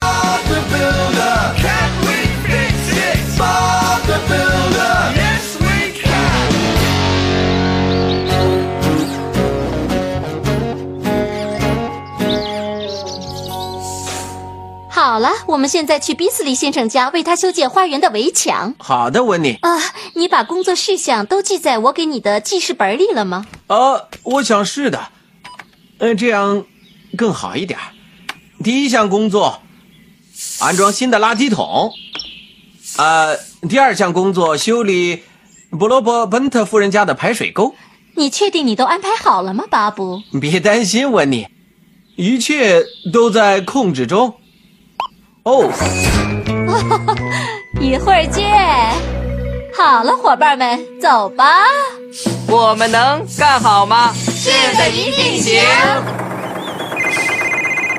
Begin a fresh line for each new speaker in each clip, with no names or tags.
Bob the Builder. Can we fix it? Bob the Builder. Yes, we can.
好了，我们现在去比斯利先生家为他修建花园的围墙。
好的，温妮。
啊、你把工作事项都记在我给你的记事本里了吗？
呃，我想是的。嗯、这样更好一点儿。第一项工作，安装新的垃圾桶。呃，第二项工作，修理布罗伯本特夫人家的排水沟。
你确定你都安排好了吗，巴布？
别担心，温妮，一切都在控制中。哦，
一会儿见。好了，伙伴们，走吧。
我们能干好吗？
是的，一定行。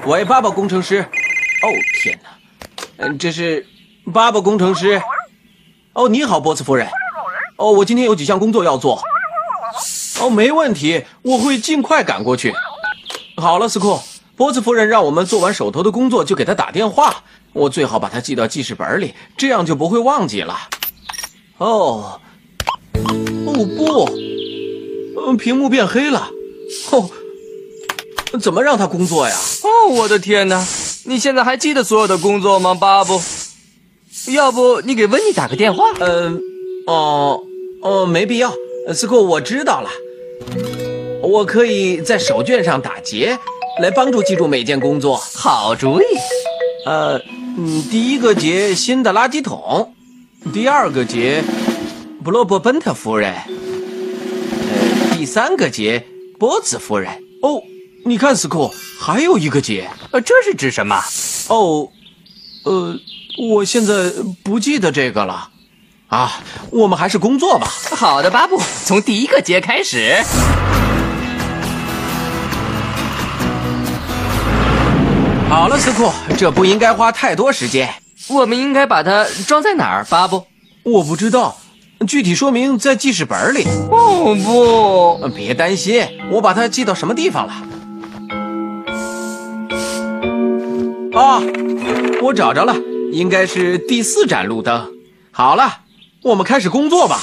喂，爸爸工程师。哦，天哪！嗯、这是爸爸工程师。哦，你好，波斯夫人。哦，我今天有几项工作要做。哦，没问题，我会尽快赶过去。好了，斯库，波斯夫人让我们做完手头的工作就给她打电话，我最好把它记到记事本里，这样就不会忘记了。哦，哦不，嗯，屏幕变黑了。哦，怎么让他工作呀？
哦，我的天哪！你现在还记得所有的工作吗，巴布？要不你给温妮打个电话？
嗯，哦，哦，没必要。斯库，我知道了，我可以在手卷上打结，来帮助记住每件工作。
好主意。
呃，嗯，第一个结新的垃圾桶，第二个结布洛伯本特夫人，呃，第三个结波兹夫人。哦，你看，斯库，还有一个结。
呃，这是指什么？
哦，呃，我现在不记得这个了。啊，我们还是工作吧。
好的，巴布，从第一个节开始。
好了，斯库，这不应该花太多时间。
我们应该把它装在哪儿，巴布？
我不知道，具体说明在记事本里。
哦不，
呃别担心，我把它记到什么地方了？啊，我找着了，应该是第四盏路灯。好了，我们开始工作吧。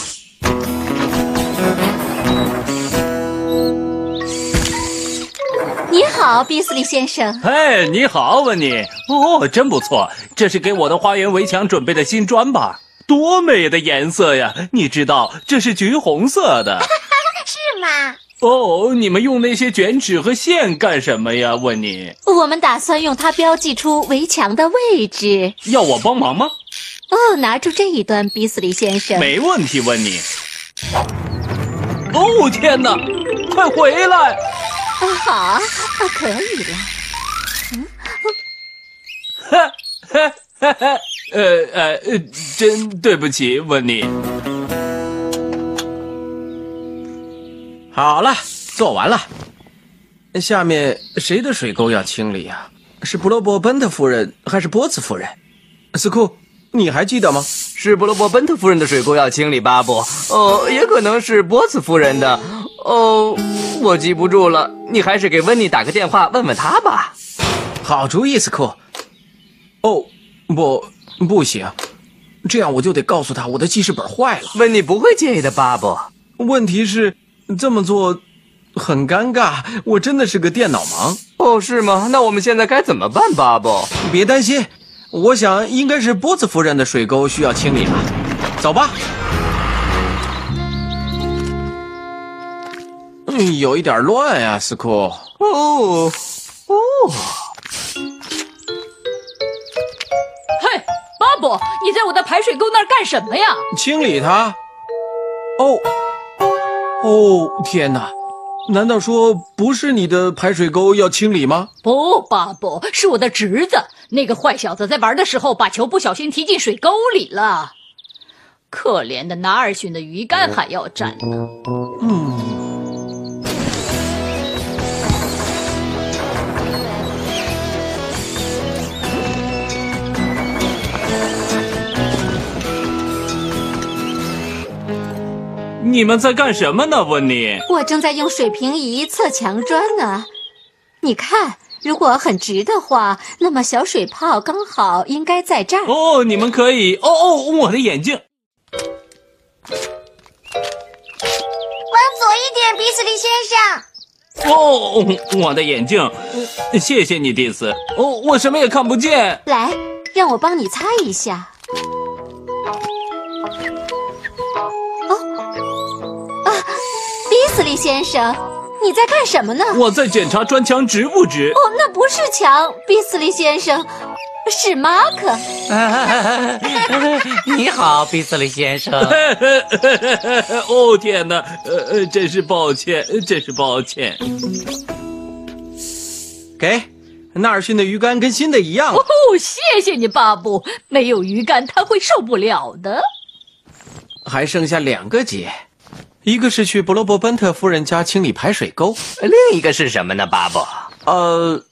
你好，比斯利先生。
哎，你好，温妮。哦，真不错，这是给我的花园围墙准备的新砖吧？多美的颜色呀！你知道这是橘红色的。
是吗？
哦，你们用那些卷尺和线干什么呀，温妮？
我们打算用它标记出围墙的位置。
要我帮忙吗？
哦，拿住这一端，比斯利先生。
没问题，温妮。哦，天哪！快回来！
啊，好啊，可以了。
呃呃，呃真对不起，温妮。
好了，做完了。下面谁的水沟要清理呀、是布罗伯本特夫人还是波茨夫人？斯库，你还记得吗？
是布罗伯本特夫人的水沟要清理，巴布。哦，也可能是波茨夫人的。哦，我记不住了，你还是给温妮打个电话问问她吧。
好主意，斯库。哦，不，不行，这样我就得告诉他我的记事本坏了。
温妮不会介意的，巴布。
问题是，这么做很尴尬，我真的是个电脑盲。
哦，是吗？那我们现在该怎么办，巴布？
别担心，我想应该是波茨夫人的水沟需要清理了。走吧。嗯，有一点乱呀、斯库。
哦，
嘿，巴布，你在我的排水沟那儿干什么呀？
清理它。哦，哦，天哪！难道说不是你的排水沟要清理吗？
不，巴布，是我的侄子，那个坏小子在玩的时候把球不小心踢进水沟里了。可怜的纳尔逊的鱼竿还要沾呢。
你们在干什么呢？温妮，
我正在用水平仪测墙砖呢。你看，如果很直的话，那么小水泡刚好应该在这儿。
哦，你们可以，哦哦，我的眼镜，
往左一点，比斯利先生。
哦，我的眼镜，呃谢谢你，迪斯。哦，我什么也看不见。
来，让我帮你擦一下。哦，啊，比斯利先生，你在干什么呢？
我在检查砖墙直不直。
哦，那不是墙，比斯利先生，是马克。
你好，比斯利先生。
哦天哪，呃呃，真是抱歉，呃真是抱歉。
给，纳尔逊的鱼竿跟新的一样了。
哦，谢谢你，巴布，没有鱼竿他会受不了的。
还剩下两个节，一个是去伯罗伯奔特夫人家清理排水沟，
另一个是什么呢，巴布？
呃，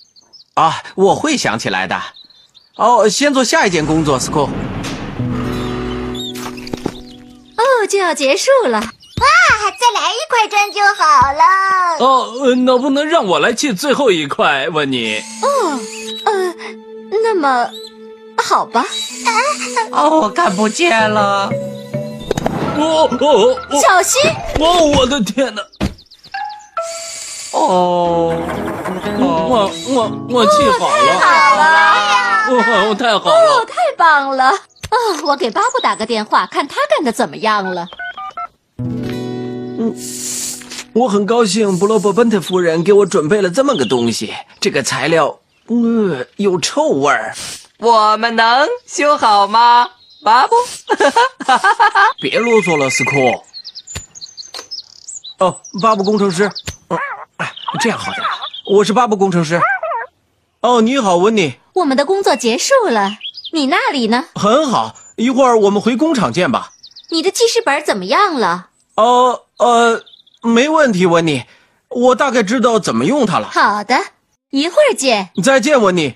啊，我会想起来的。哦，先做下一件工作，斯库。
哦，就要结束了。
哇，再来一块砖就好了。
哦，呃能不能让我来砌最后一块？问你，
呃，那么，好吧，
哦，我看不见了。
哦哦哦
小心。
哦！我的天哪！
哦，
我我我砌好了，
好了，
哦，太好了
哦，！太棒了！啊、我给巴布打个电话，看他干的怎么样了。
我很高兴伯罗伯奔特夫人给我准备了这么个东西。这个材料，呃，有臭味儿。
我们能修好吗，巴布？
别啰嗦了，斯库。哦，巴布工程师。哦，哎这样好点儿。我是巴布工程师。哦，你好，温妮。
我们的工作结束了，你那里呢？
很好，一会儿我们回工厂见吧。
你的记事本怎么样了？
哦，呃，没问题，温妮，我大概知道怎么用它了。
好的，一会儿见。
再见，温妮。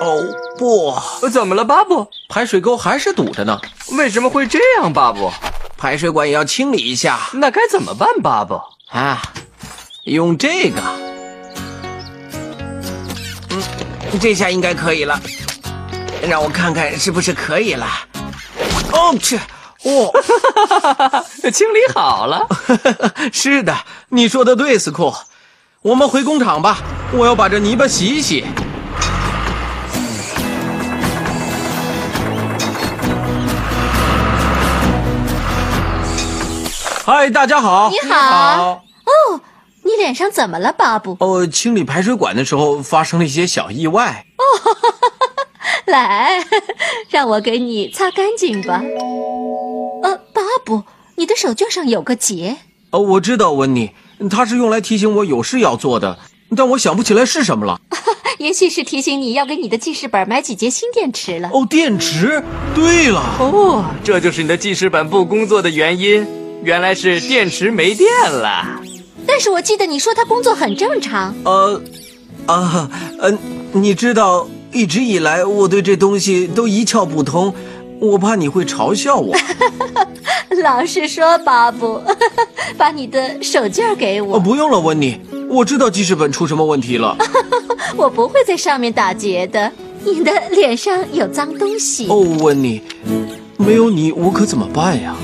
哦不，
呃怎么了，巴布？
排水沟还是堵着呢，
为什么会这样，巴布？
排水管也要清理一下
那该怎么办，巴布？
啊。用这个，嗯，这下应该可以了。让我看看是不是可以了。哦去，哦，
呃清理好了。
是的，你说的对，斯库。我们回工厂吧，我要把这泥巴洗一洗。嗨，大家好。
你好。哦，你脸上怎么了，巴布？
哦，清理排水管的时候发生了一些小意外。
来， 让我给你擦干净吧。呃，巴布，你的手绢上有个结。
哦，我知道，温妮，它是用来提醒我有事要做的，但我想不起来是什么了。
也许是提醒你要给你的记事本买几节新电池了。
哦，电池。对了。
哦，这就是你的记事本不工作的原因，原来是电池没电了。
但是我记得你说他工作很正常。
呃，啊，呃，你知道，一直以来我对这东西都一窍不通，我怕你会嘲笑我。
老实说，巴布， 把你的手绢儿给我，
哦，不用了，温妮，我知道记事本出什么问题了。
我不会在上面打结的。你的脸上有脏东西。
哦，温妮，没有你我可怎么办呀？